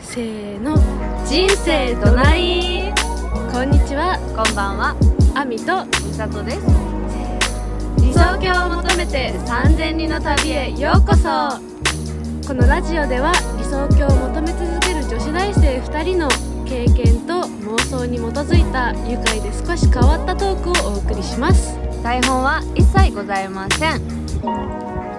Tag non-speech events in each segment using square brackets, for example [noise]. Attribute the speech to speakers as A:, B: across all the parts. A: せーの
B: 人生どない
A: こんにちは
B: こんばんは
A: あみと
B: みさとです理想郷を求めて3000人の旅へようこそ
A: このラジオでは理想郷を求め続ける女子大生2人の経験と妄想に基づいた愉快で少し変わったトークをお送りします
B: 台本は一切ございません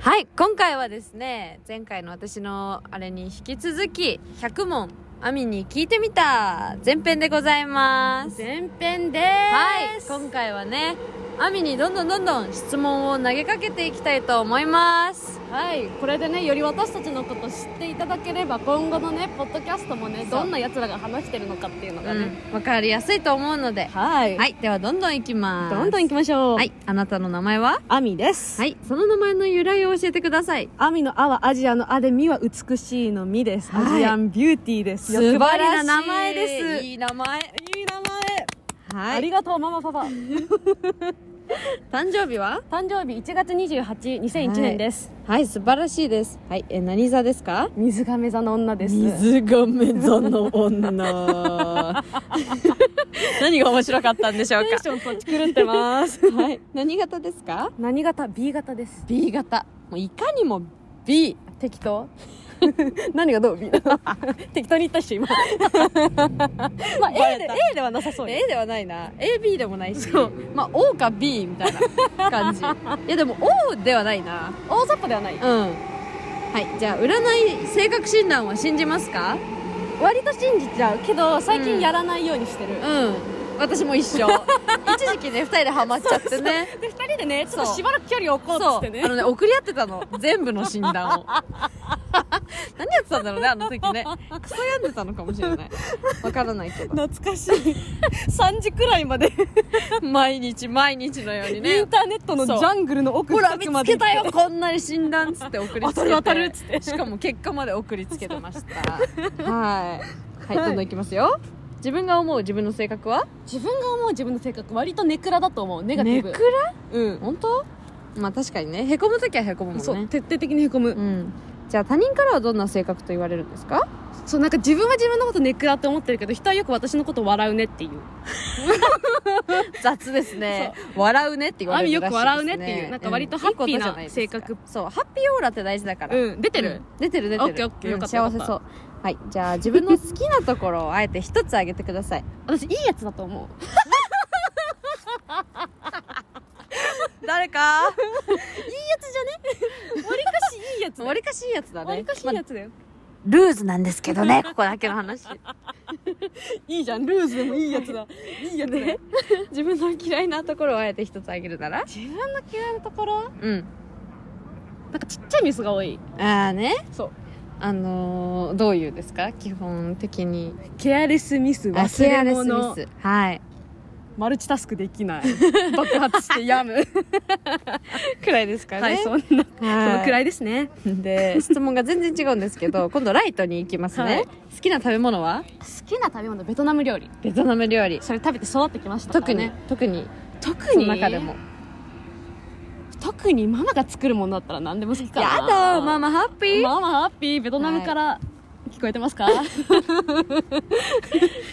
B: はい今回はですね前回の私のあれに引き続き100問アミに聞いてみた前編でございます
A: 前編で
B: はい
A: ー、す
B: 今回はね、アミにどんどんどんどん質問を投げかけていきたいと思います。
A: はい、これでねより私たちのことを知っていただければ今後のねポッドキャストもね
B: う
A: どんなやつらが話してるのかっていうのが
B: わ、
A: ね、
B: かりやすいと思うので。
A: はい、
B: はい、ではどんどんいきます。
A: どんどん行きましょう
B: はい、あなたの名前は
A: アミです、
B: はい、その名前の由来を教えてください。
A: アミの「あ」はアジアの「あ」で「み」は美しいの「み」です、
B: はい
A: アジアンビューティーです
B: 素晴らしい
A: 名前です
B: いい名前。
A: いい名前、
B: は
A: あり
B: い。
A: がとうママパパ誕
B: 誕生日は
A: 生日1月282001年です、
B: はい、素晴らしいです。はい、え、何座ですか
A: 水亀座の女です
B: がめ座の女。 [laughs] 何が面白かったんでしょう
A: テンションそっち狂ってます
B: [laughs] はい。何型ですか
A: 何型 B 型です
B: ?B 型。もういかにも B。
A: 適当 [laughs] 何がどう [laughs] B なの適当に言ったし今まあ A で A ではなさそうよ
B: A ではないな。AB でもないし。そう。まあ、O か B みたい [laughs] な感じ。いや、でも O ではないな。
A: 大雑把ではない
B: うん。はい。じゃあ、占い、性格診断は信じますか
A: 割と信じちゃうけど最
B: うん
A: 近やらないようにしてる、
B: うん。私 [laughs] も一緒。一時期ね、二人でハマっちゃってね。
A: で2人でねちょっと
B: そう
A: しばらく距離を置こうっつ
B: そ
A: っ
B: う。
A: てね
B: あのね、送り合ってたの。全部の診断を。 [laughs] 何やってたんだろうね、あの時ね。クソ病んでたのかもしれない。わからないけど。
A: 懐かしい [laughs] 3時くらいまで、
B: 毎日毎日のようにね
A: インターネットのジ
B: そう
A: ャングルの奥
B: ほら
A: 深
B: 見
A: くま
B: つ
A: で
B: けたよこんなに診断っつって送り
A: 当
B: つけて
A: たる当たるっつって
B: しかも結果まで送りつけてました
A: [laughs]
B: はいはいどんどんいきますよ自分が思う自分の性格は
A: 自分が思う自分の性格割とネクラだと思うネガティブ
B: ネク
A: うん、
B: 本当まあ確かにねへこむ時はへこむもんね
A: そう徹底的にへこむ、
B: うんじゃあ他人からはどんな性格と言われるんですか
A: そうなんか自分は自分のことネクラって思ってるけど人はよく私のこと笑うねっていう
B: 雑ですね笑うねって言われるらしいで
A: あ
B: す、ね、
A: よく笑うねっていうなんか割とハッピーな性格
B: いいことじゃないですかそうハッピーオーラって大事だから、
A: うん出てる、
B: うん出てる出てる
A: オッケーオッケー
B: うん
A: よかったよか
B: 幸
A: った
B: せそうはいじゃあ自分の好きなところを [laughs] あえて一つ挙げてください
A: 私いいやつだと思う
B: 誰か [laughs]
A: わりかしいいやつ
B: わりかしいやつだね
A: わりかしいやつだよ、
B: ルーズなんですけどねここだけ
A: [laughs]
B: の話
A: いいじゃんルーズでもいいやつだ [laughs] いいやつだよ、
B: ね自分の嫌いなところをあえて一つあげるなら
A: 自分の嫌いなところ
B: うん
A: なんかちっちゃいミスが多い
B: ああね
A: そう
B: あのー、どういうですか基本的に
A: ケアレスミス
B: あ
A: 忘れ
B: ケア
A: 物
B: レスミスはい
A: マルチタスクできない [laughs] 爆発してやむ、
B: くらいですかね
A: はいそんな、そのくら
B: い
A: いですね
B: で質問が全然違うんです
A: [laughs]
B: けど今度ライトに行きますね、
A: はい
B: 好きな食べ物は
A: 好きな食べ物ベトナム料理
B: ベトナム料理
A: それ食べて育ってきましたから
B: 特に
A: ね
B: 特に
A: 特
B: その
A: に
B: 中でも
A: 特にママが作るものだったら何でも好きかな
B: やだママハッピー、
A: ママハッピーベトナムから、聞こえてますか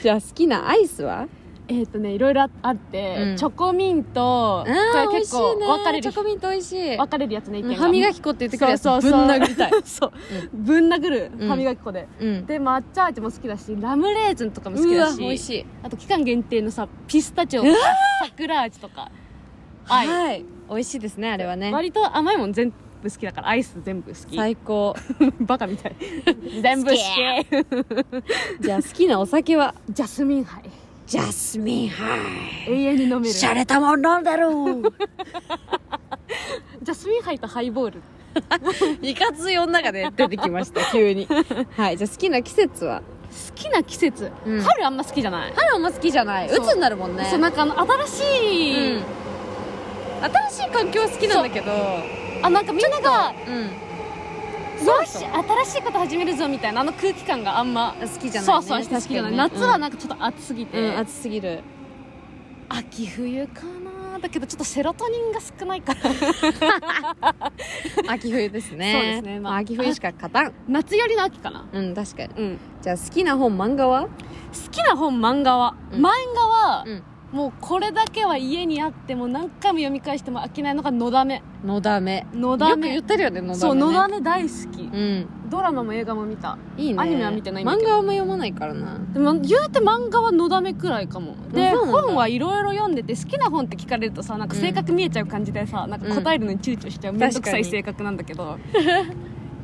B: じゃあ好きなアイスは
A: [laughs] えっとねいろいろああって、
B: うん
A: チョコミントこ
B: あー
A: れ
B: 美味
A: 結
B: しい
A: 構
B: ね
A: 分かれ
B: チ
A: る
B: ョコミント美味しい
A: 分かれるやつね意
B: うん
A: 見が
B: 歯磨き粉って言ってくるやつぶん殴りたい
A: [laughs] そうぶん殴る
B: うん
A: 歯磨き粉で、
B: うん
A: で抹茶味も好きだしラムレーズンとかも好き
B: う
A: だ
B: わ
A: し
B: 美味しい
A: あと期間限定のさピスタチオと
B: う
A: か
B: わ
A: 桜味とかアイス
B: はい美味しいですねあれはね
A: 割と甘いもん全部好きだからアイス全部好き、
B: 最高
A: [laughs] バカみたい全部好き
B: じゃあ好きなお酒は
A: ジャスミンハイ
B: ジャスミンハ
A: 永遠に飲める
B: イれたもんなんだろう
A: ジャスミンハイとハイボール
B: いかつい女がね出てきま [laughs] した急にはいじゃあ好きな季節は
A: 好きな季節、
B: うん
A: 春あんま好きじゃない、
B: 春あんま好きじゃない
A: そう
B: 鬱になるもんね
A: そうなんかあの新
B: う
A: しい、
B: ん新しい環境は好きなんだけど
A: あなんかみんなが
B: うん
A: よし新しいこと始めるぞみたいなあの空気感があんま
B: 好きじゃないね
A: そうそうして好きじゃない、
B: 確かにね [laughs]
A: 夏はなんかちょっと暑すぎて、
B: うん暑すぎる
A: 秋冬かななんだけどちょっとセロトニンが少ないから
B: 秋冬ですね
A: そうですねまあ
B: まあ、秋冬しか勝たん
A: [laughs] 夏寄りの秋かな
B: うん確かに
A: うん
B: じゃあ好きな本漫画は
A: 好きな本漫画は、
B: うん
A: 漫画は、
B: うん
A: もうこれだけは家にあっても何回も読み返しても飽きないのが「のだめ」
B: のだめ
A: 「の
B: よ
A: だ
B: く
A: め
B: 言」ってるよねのだめ、ね、
A: そう「のだめ」大好き、
B: うん
A: ドラマも映画も見た
B: いいね
A: アニメは見てないんだけ
B: 漫
A: ど
B: 画はあんま読まないからな
A: でも言うて漫画は「のだめ」くらいかもで
B: そうなんだ
A: 本はいろいろ読んでて好きな本って聞かれるとさなんか性格見えちゃう感じでさ、なんか答えるのに躊躇しちゃう
B: うん
A: めんどくさい性格なんだけど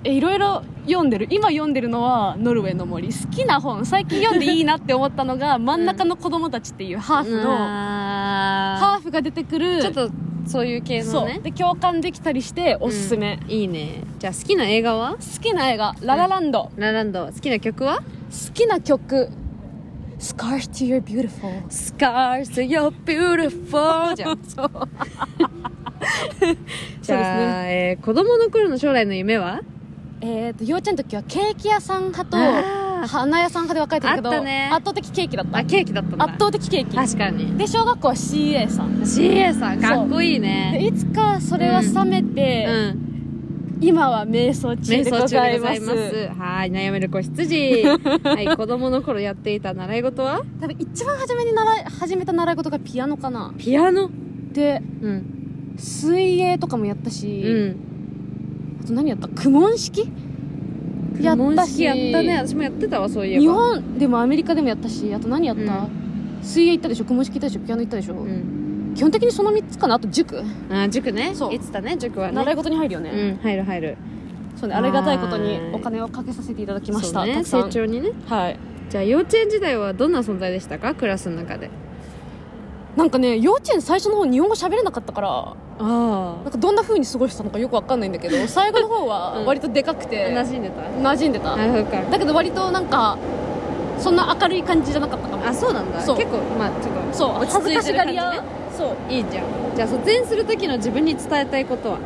A: えいろいろ読んでる今読んでるのは「ノルウェーの森」好きな本最近読んでいいなって思ったのが「真ん中の子供たち」っていうハーフの、ハ
B: あ
A: ーフが出てくる
B: ちょっとそういう系の
A: そう
B: ね
A: で共感できたりしておすすめ、
B: いいねじゃあ好きな映画は
A: 好きな映画「ララランド」
B: ラランド好きな曲は
A: 好きな曲「Scars to Your Beautiful」
B: Scars You're Beautiful じゃん [laughs] そうじゃあ、えー子供の頃の将来の夢は
A: えー、と幼稚園の時はケーキ屋さん派と
B: あ
A: 花屋さん派で分かれてるけど
B: あったね
A: 圧倒的ケーキだった
B: あ
A: 圧
B: ケーキだったんだ
A: 倒的ケーキ
B: 確かに
A: で小学校は CA さん
B: CA さんかっこいいね
A: でいつかそれは冷め
B: う
A: て、
B: ん
A: 今は瞑想中
B: 瞑
A: で
B: 想
A: ご
B: 中
A: ざ
B: で
A: い
B: ご
A: ま
B: ざ
A: す
B: いますはい悩める子 [laughs] 羊はい子供の頃やっていた習い事は
A: 多分一番初めに習い始めた習い事がピアノかな
B: ピアノ
A: で
B: うん
A: 水泳とかもやった
B: う
A: し、
B: ん
A: あと何やった苦問式やったし
B: 紋式やったね私もやってたわそういえば
A: 日本でもアメリカでもやったしあと何やった、
B: う
A: 水泳行ったでしょ苦問式行ったでしょピアノ行ったでしょ、
B: うん
A: 基本的にその3つかなあと塾
B: あ塾ね
A: そう
B: 言ってたね塾はね
A: 習い事に入るよね、
B: うん入る入る
A: そうね
B: は
A: あ
B: ーい
A: りがたいことにお金をかけさせていただきました
B: そう
A: た
B: ね
A: くさ
B: 成
A: ん
B: 長にね
A: はい
B: じゃあ幼稚園時代はどんな存在でしたかクラスの中で
A: なんかね幼稚園最初の方日本語喋れなかったから
B: あ
A: なんかどんな風に過ごしたのかよくわかんないんだけ
B: [laughs]
A: ど最後の方は
B: うん
A: 割とでかくて、
B: 馴染んでた
A: 馴染んでた
B: あそうか
A: だけど割となんかそんな明るい感じじゃなかったかも
B: あそうなんだ
A: そう
B: 結構まあちょっと
A: そう
B: 落ち着いてる感じね
A: 恥ずかしがり屋そう
B: いいじゃんじゃあ卒園する時の自分に伝えたいことは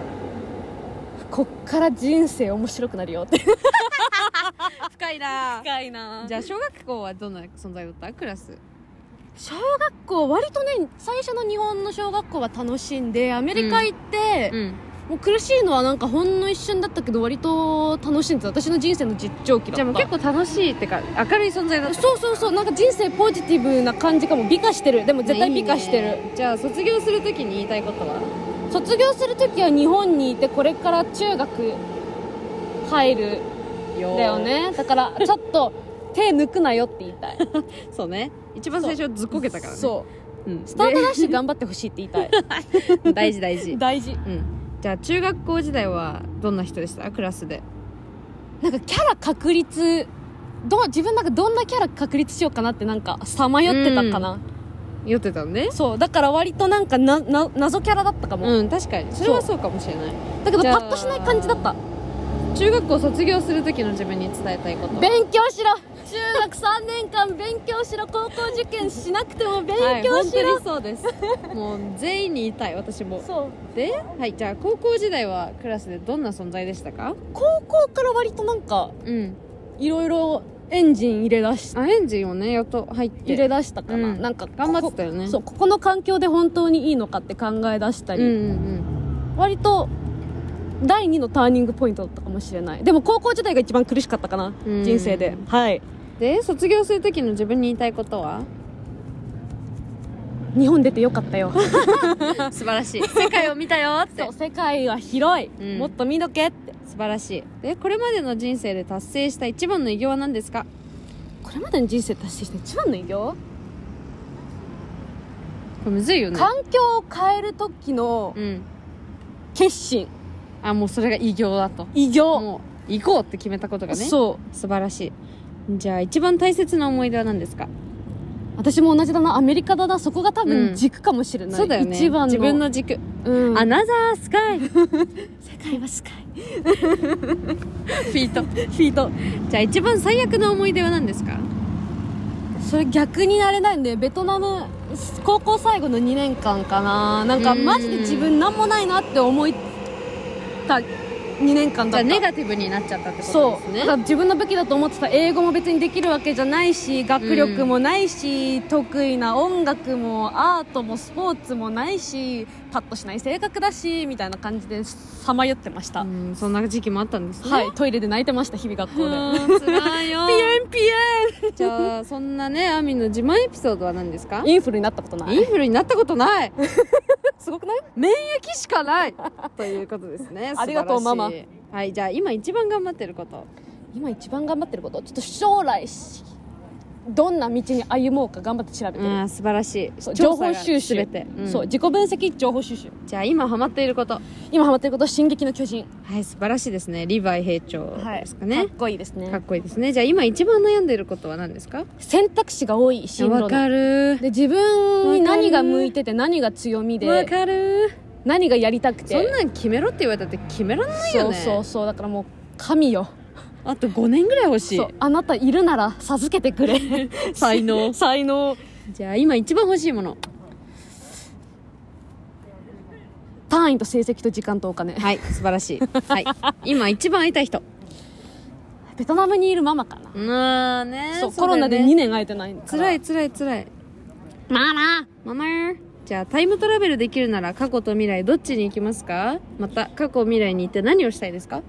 A: こっから人生面白くなるよって
B: 深いな
A: 深いな
B: じゃあ小学校はどんな存在だったクラス
A: 小学校割とね最初の日本の小学校は楽しんでアメリカ行って、
B: ん
A: もう苦しいのはなんかほんの一瞬だったけど割と楽しんでた私の人生の実長期だった
B: じゃあもう結構楽しいってか明るい存在だった
A: そうそうそうなんか人生ポジティブな感じかも美化してるでも絶対美化してる、
B: いいねじゃあ卒業する時に言いたいことは
A: 卒業するときは日本にいてこれから中学入る
B: よー
A: だよねだからちょっと手抜くなよって言いたい
B: そうね一番最初ずっ [laughs] こけたからね、
A: そう
B: ん、
A: うスタートダッシュ頑張ってほしいって言いたい
B: で [laughs] 大事大事
A: 大事
B: うんじゃあ中学校時代はどんな人でしたクラスで
A: なんかキャラ確立どう自分なんかどんなキャラ確立しようかなってなんかさまよってたかな、
B: 酔ってたのね
A: そうだから割となんかなな謎キャラだったかも、
B: うん確かにそれはそうかもしれない
A: だけど
B: じ
A: パ
B: ゃあ
A: ッとしない感じだった
B: 中学校卒業する時の自分に伝えたいこと
A: 勉強しろ中学3年間勉強しろ高校受験しなくても勉
B: はい
A: 強しろ、
B: 本当にそうですもう全員に言いたい私も
A: そう
B: [laughs] で、はい、じゃあ高校時代はクラスでどんな存在でしたか
A: 高校から割となんか
B: うん
A: いろいろエンジン入れ出し
B: あエンジンをねやっと入って
A: 入れ出したかな、
B: うん
A: なんかここ
B: 頑張ってたよね
A: そうここの環境で本当にいいのかって考え出した
B: うん
A: り、
B: うん
A: 割と第2のターニングポイントだったかもしれないでも高校時代が一番苦しかったかな、
B: うん
A: 人生ではい
B: うんで卒業する時の自分に言いたいことは
A: 日本出てよかったよそ
B: [laughs] 素晴らしい世界を見たよって
A: う世界は広い、
B: うん
A: もっと見とけって
B: 素晴らしいでこれまでの人生で達成した一番の偉業は何ですか
A: これまでの人生達成した一番の偉業
B: これむずいよね
A: 環境を変える時の
B: うん
A: 決心
B: あもうそれが偉業だと
A: 偉業、
B: もう行こうって決めたことがね素
A: そう
B: 晴らしいじゃあ一番大切な思い出は何ですか
A: 私も同じだなアメリカだなそこが多
B: う
A: 分
B: ん
A: 軸かもしれない、
B: そうだよね
A: 一番の
B: 自分の軸、
A: うん、
B: アナザース
A: [laughs]
B: カイフ
A: 世界はスカイ
B: ィート
A: フィート
B: じゃあ一番最悪な思い出は何ですか
A: それ逆になれないんでベトナム高校最後の2年間かななんか
B: うん
A: マジで自分なんもないなって思いた2年間
B: じ
A: だ
B: ゃ
A: った
B: あネガティブになっちゃったってこと
A: そ
B: です
A: う
B: ね
A: だから自分の武器だと思ってた英語も別にできるわけじゃないし学力もないし、得意な音楽もアートもスポーツもないしパッとしない性格だしみたいな感じでさまよってました、
B: うんそんな時期もあったんですね
A: はいトイレで泣いてました日々学校で、
B: うん辛いよ
A: ピエンピ
B: じゃあそんなねアミの自慢エピソードは何ですか
A: エンインフルになったことな
B: イン
A: い
B: フルになったことない [laughs]
A: すごくない
B: 免疫しかない [laughs] ということです [laughs] ね
A: ありがとう
B: 素晴らしい
A: ママ
B: はいじゃあ今一番頑張ってること
A: 今一番頑張ってることちょっと将来しどんな道に歩もうか頑張って調べてる、
B: うん素晴らしい
A: そう
B: 調
A: 情
B: 査が
A: 報収集
B: 全て、うん
A: そう自己分析情報収集
B: じゃあ今ハマっていること
A: 今ハマってること「進撃の巨人
B: はい素晴らしいですねリヴァイ兵長」ですかね、
A: かっこいいですね
B: かっこいいですねじゃあ今一番悩んでいることは何ですか
A: 選択肢が多い進路
B: わ
A: の
B: かる
A: で自分に何が向いてて何が強み
B: わ
A: で
B: かる
A: 何がやりたくて
B: そんなん決めろって言われたって決めらんないよね
A: そうそうそうだからもう神よ
B: あと5年ぐらい欲しい
A: そうあなたいるなら授けてくれ
B: [laughs] 才能
A: 才能
B: じゃあ今一番欲しいもの
A: 単位と成績と時間とお金
B: はい素晴らしい、 [laughs] はい、今一番会いたい人
A: ベトナムにいるママかな、
B: まあね
A: そう
B: だ
A: コロ
B: よね
A: ナで2年会えてないから
B: 辛い辛い辛い
A: ママ
B: ママよじゃあタイムトラベルできるなら過去と未来どっちに行きますかまた過去未来に行って何をしたいですか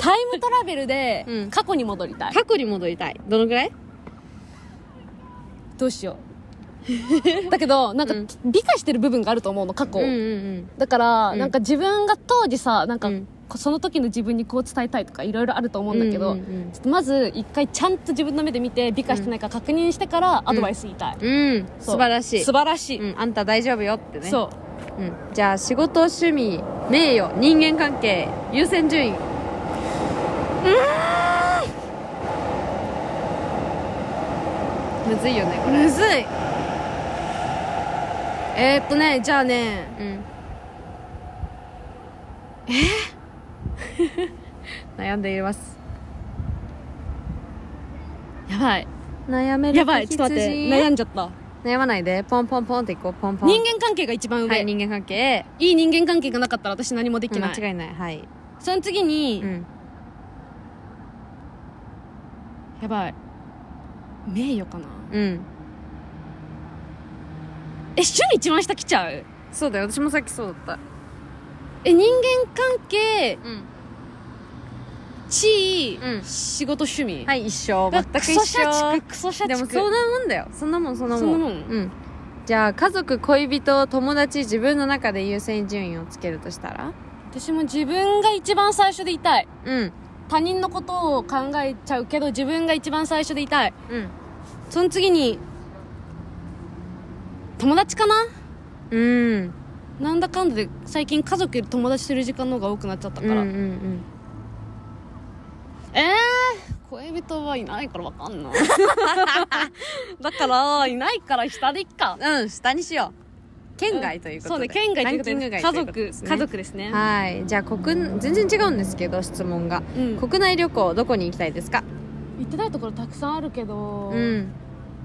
A: タイムトラベルで
B: うん
A: 過去に戻りたい、
B: 過去に戻りたいどのぐらい
A: どうしようだけどなんか
B: うん
A: 美化してる部分があると思うの過去を、
B: うんうん
A: だから、
B: うん
A: なんか自分が当時さなんか、
B: うん
A: その時の自分にこう伝えたいとかいろいろあると思うんだけど、
B: うんうんうん
A: ちょっとまず一回ちゃんと自分の目で見て美化してないか確認してからアドバイス言いたい、
B: うん、うん、
A: そ
B: 素
A: う
B: 晴らしい
A: 素晴らしい、
B: うん、あんた大丈夫よってね
A: そう
B: う、ん、じゃあ仕事趣味名誉人間関係優先順位むずいよねこれ
A: むずいえー、っとねじゃあね
B: うんえ [laughs] 悩んでいます
A: やばい
B: 悩める
A: やばいちょっと待って悩
B: 悩
A: んじゃった
B: 悩まないでポンポンポンっていこうポンポン
A: 人間関係が一番上、
B: はい
A: い、
B: 人間関係
A: い人間関係がなかったら私何もできない、
B: 間違いないはい、
A: その次に、
B: うん、
A: やばい名誉かな
B: うん
A: え趣味一番下来ちゃう
B: そうだよ私もさっきそうだっ
A: え人間関係
B: たうん
A: 地位、
B: うん
A: 仕事趣味、
B: はい一緒
A: が
B: 全く一
A: クソ社
B: 緒
A: 畜クソ社
B: で
A: 畜
B: もそんなもんだよそんなもんそんなもん
A: そんなもん
B: うんじゃあ家族恋人友達自分の中で優先順位をつけるとしたら
A: 私も自分が一番最初でいたい
B: うん
A: 他人のことを考えちゃうけど自分が一番最初でいたい
B: うん
A: その次に友達かな
B: うん
A: なんだかんだで最近家族より友達する時間の方が多くなっちゃったから、
B: うんうんうん
A: ええー、恋人はいないからわかんない [laughs] だからいないから下でいっか
B: うん、下にしよう。県外というこ
A: そう
B: とで。
A: ね県外ということ
B: ランキ
A: で
B: ング外
A: 家
B: というこ
A: 族、
B: とですね
A: 家。族ですね、
B: はい。じゃあ、国、全然違うんですけど、質問が。
A: うん、行
B: 国内旅行、どこに行きたいですか
A: ってないところたくさんあるけど、
B: うん。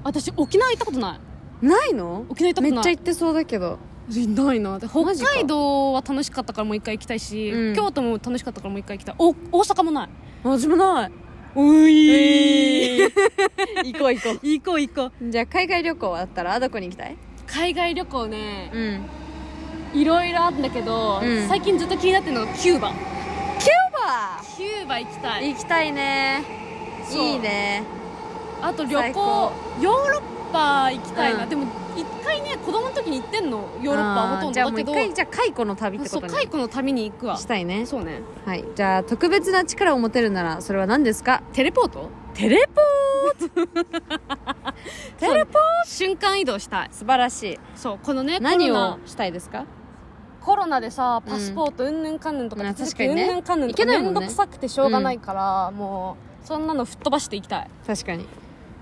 A: 私沖縄行ったことない
B: ないの
A: 沖縄行ったこ
B: め
A: と
B: っ
A: ない
B: ちゃ行ってそうだけど。
A: いないなで北
B: マジか
A: 海道は楽しかったからもう一回行きたいし、
B: うん
A: 京都も楽しかったからもう一回行きたいお大阪もない
B: 私もな
A: う
B: い。[laughs] えー
A: 行こう行こう行こう行こう
B: じゃあ、海外旅行だったら、どこに行きたい
A: 海外旅行ね
B: うん。
A: いろいろあるんだけど、
B: うん
A: 最近ずっと気になってるのがキューバ
B: キューバ
A: キューバ行きたい
B: 行きたいね。
A: そう
B: いいね。
A: あと旅
B: 最
A: 行
B: 高
A: ヨーロッパ行きたいな、
B: うん
A: でも一回ね子供の時に行ってんのヨーロッパはほとん
B: じゃ
A: ど
B: あ、も
A: だ
B: う
A: けど
B: 一回、じゃあ、解雇の旅って
A: そ
B: こ
A: う
B: と
A: 解
B: に
A: 雇のために行くわ
B: したいね。
A: そうね
B: はい。じゃあ、特別な力を持てるなら、それは何ですか
A: テレポート
B: テレポ
A: [laughs]
B: ーテレポー
A: 瞬間移動したい
B: 素晴らしい。
A: そうこのね
B: 何
A: コロナ
B: をしたいですか
A: コロナでさパスポートうんぬんかんぬんと
B: う
A: か
B: ん
A: 手続き
B: 確か
A: う
B: に
A: ん
B: ね
A: ぬんかんぬんと
B: いけ
A: か
B: ない
A: め
B: もん
A: ん
B: ね
A: どくさくてしょうがないから、もうそんなの吹っ飛ばしていきたい
B: 確かに。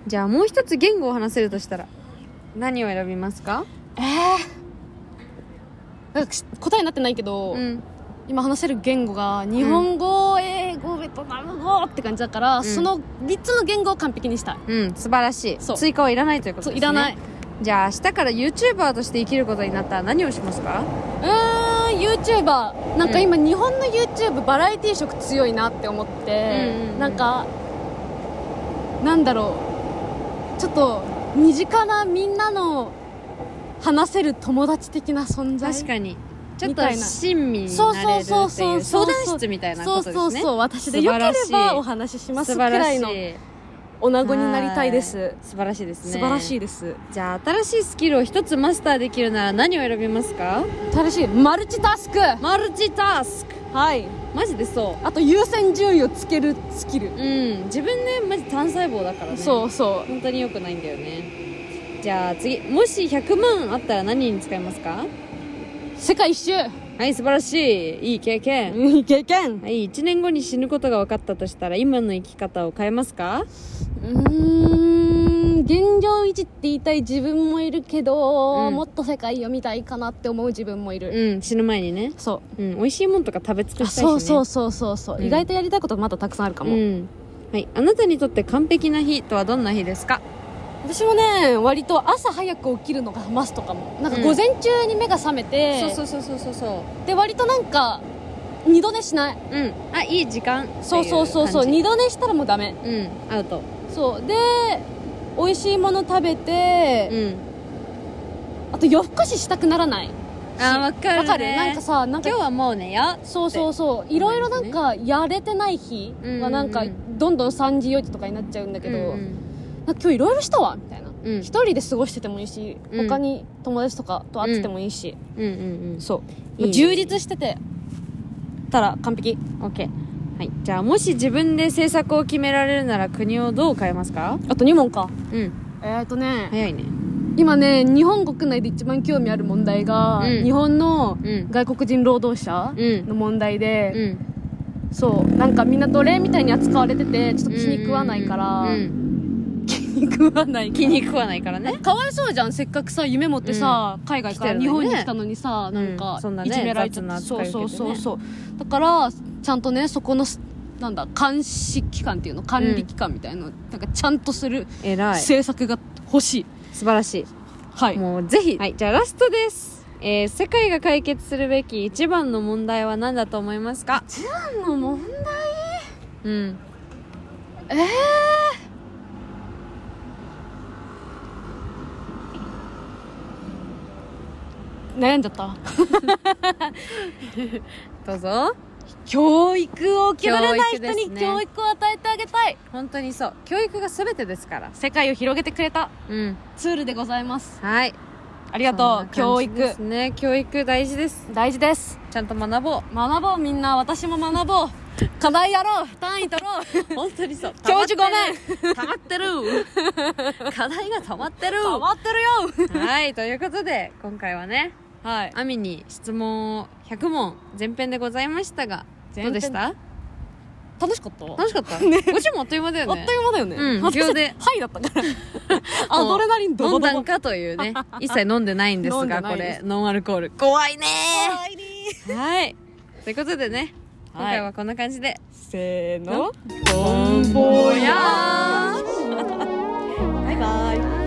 B: じゃあもう一つ言語を話せるとしたら何を選びますか
A: ええ答えになってないけど、
B: うん。
A: 今話せる言語が日本語、英語ベトナム語って感じだから、
B: ん
A: その3つの言語を完璧にしたい
B: うん、素晴らしい。
A: そう
B: 追加はいらないということ
A: そ
B: で
A: う
B: すね。
A: いらない。
B: じゃあ明日から YouTuber として生きることになったら何をしますか
A: うーん YouTuber なんか
B: うん
A: 今日本の YouTube バラエティ色強いなって思って、
B: うんうんうん
A: なんかなんだろうちょっと身近なみんなの話せる友達的な存在
B: 確かにちょっ
A: み
B: と
A: たいな
B: 親身に
A: そう
B: なれ
A: そ
B: る
A: う
B: ってい
A: そううそ
B: 相
A: うそう
B: 談室みたいなことですね
A: そうそうそう私でよけれ
B: 素晴らし
A: ば
B: い
A: お話しします
B: 素
A: く
B: 晴ら
A: ら
B: し
A: い
B: い
A: のおなごになりたいで
B: は
A: す
B: 素晴らしいですね
A: 素晴らしい
B: い
A: です
B: じゃあ新しいスキルを一つマスターできるなら何を選びますか
A: 正しいマルチタスク
B: マルチタスク
A: はい
B: マジでそ
A: あと優先順位をつけるスキル、
B: ううん自分ねマジ単細胞だからね
A: そうそう
B: 本当に良くないんだよねじゃあ次もし100万あったら何に使いますか
A: 世界一周
B: はい素晴らしいいい経験
A: いい経験
B: はい、1年後に死ぬことが分かったとしたら今の生き方を変えますか
A: うーん現状維持って言いたい自分もいるけど、
B: うん
A: もっと世界を見たいかなって思う自分もいる、
B: うん死ぬ前にね、
A: そう
B: うん、美味しいもんとか食べ尽く
A: あ
B: したいし、ね、
A: そうそうそうそうそう、
B: うん
A: 意外とやりたいことまだたくさんあるかも、
B: んはい、あなたにとって完璧な日とはどんな日ですか
A: 私もね割と朝早く起きるのがマストかもなんか
B: うん
A: 午前中に目が覚めて、
B: うそうそうそうそ
A: で割となんか二度寝しないう
B: うんあいい時間
A: そうそうそうそう
B: ってい
A: 二度寝したらもうダメ
B: う感じうんアウト
A: そうで美味しいもの食べて、
B: うん
A: あと夜更かししたくならない
B: あわかるね
A: わかるなんかさなんか
B: 今日はもうねや
A: そうそうそういろいろなんかやれてない日
B: うん
A: はなんかどんどん3時4時とかになっちゃうんだけど、
B: うん
A: なんか今日いろいろしたわみたいな
B: うん、うん
A: 一人で過ごしててもいいし
B: うん
A: 他に友達とかと会っててもいいし、
B: うんうんうん
A: そう
B: いいね
A: 充実しててたら完璧
B: OK はいじゃあもし自分で政策を決められるなら国をどう変えますか
A: あと2問か
B: うん
A: えー、とね
B: 早いね
A: 今ね日本国内で一番興味ある問題が、
B: うん
A: 日本の
B: うん
A: 外国人労働者
B: うん
A: の問題で、
B: うん
A: そうなんかみんな奴隷みたいに扱われててちょっと気に食わないから、
B: うん
A: [laughs] 気に食わない
B: 気に食わないからね
A: かわいそうじゃんせっかくさ夢持ってさ、海外から
B: 来て
A: 日
B: るの
A: 本
B: にね
A: に来たのにさ、なん
B: う
A: か
B: んそんないね
A: じめられちゃって、
B: 雑な
A: そう
B: 扱い
A: そ
B: を
A: う
B: 受けて
A: そ
B: ね
A: うそうだからちゃんとねそこのすなんだ監視機関っていうの管理機関みたいなの、なんかちゃんとする
B: 偉い素
A: 政策が欲しい
B: 晴らし
A: はいい、
B: もうぜひはいじゃあラストですえー、世界が解決するべき一番の問題は何だと思いますか
A: の問題
B: うん
A: えー、悩んじゃった
B: どうぞ
A: 教育を受けられない
B: 教育で
A: 人
B: すね
A: に教育を与えてあげたい、
B: 本当にそう教育が全てですから
A: 世界を広げてくれた
B: うん
A: ツールでございます
B: はい
A: あ
B: あ
A: りがとう教育
B: ですね教育大事です
A: 大事です
B: ちゃんと学ぼ
A: 学ぼうみんな私も学ぼう課題やろう単位取ろう
B: う [laughs] 本当にそう
A: 教授ご
B: ん溜まってる [laughs] 課題が溜まってる
A: 変わってるよ
B: はいということで今回はね
A: はい
B: アミに質問を100問前編でございましたが
A: 前
B: どう
A: 編
B: でした
A: 楽しかった
B: 楽しかった5時もあっという間だよ
A: あっ
B: ね
A: という間だよね、
B: うん
A: 私
B: 秒で
A: はいだった
B: [laughs]
A: からアドレナリンド
B: 飲
A: ボ
B: ん
A: ド
B: だ
A: ボ
B: んかというね一切飲んでないんです
A: 飲んで
B: が
A: な
B: こ
A: いで
B: れ
A: す
B: ノンアルコール怖いね
A: 怖いね
B: はいということでね今
A: はい
B: 回はこんな感じで
A: せーの
B: ボンボヤー
A: バイバイ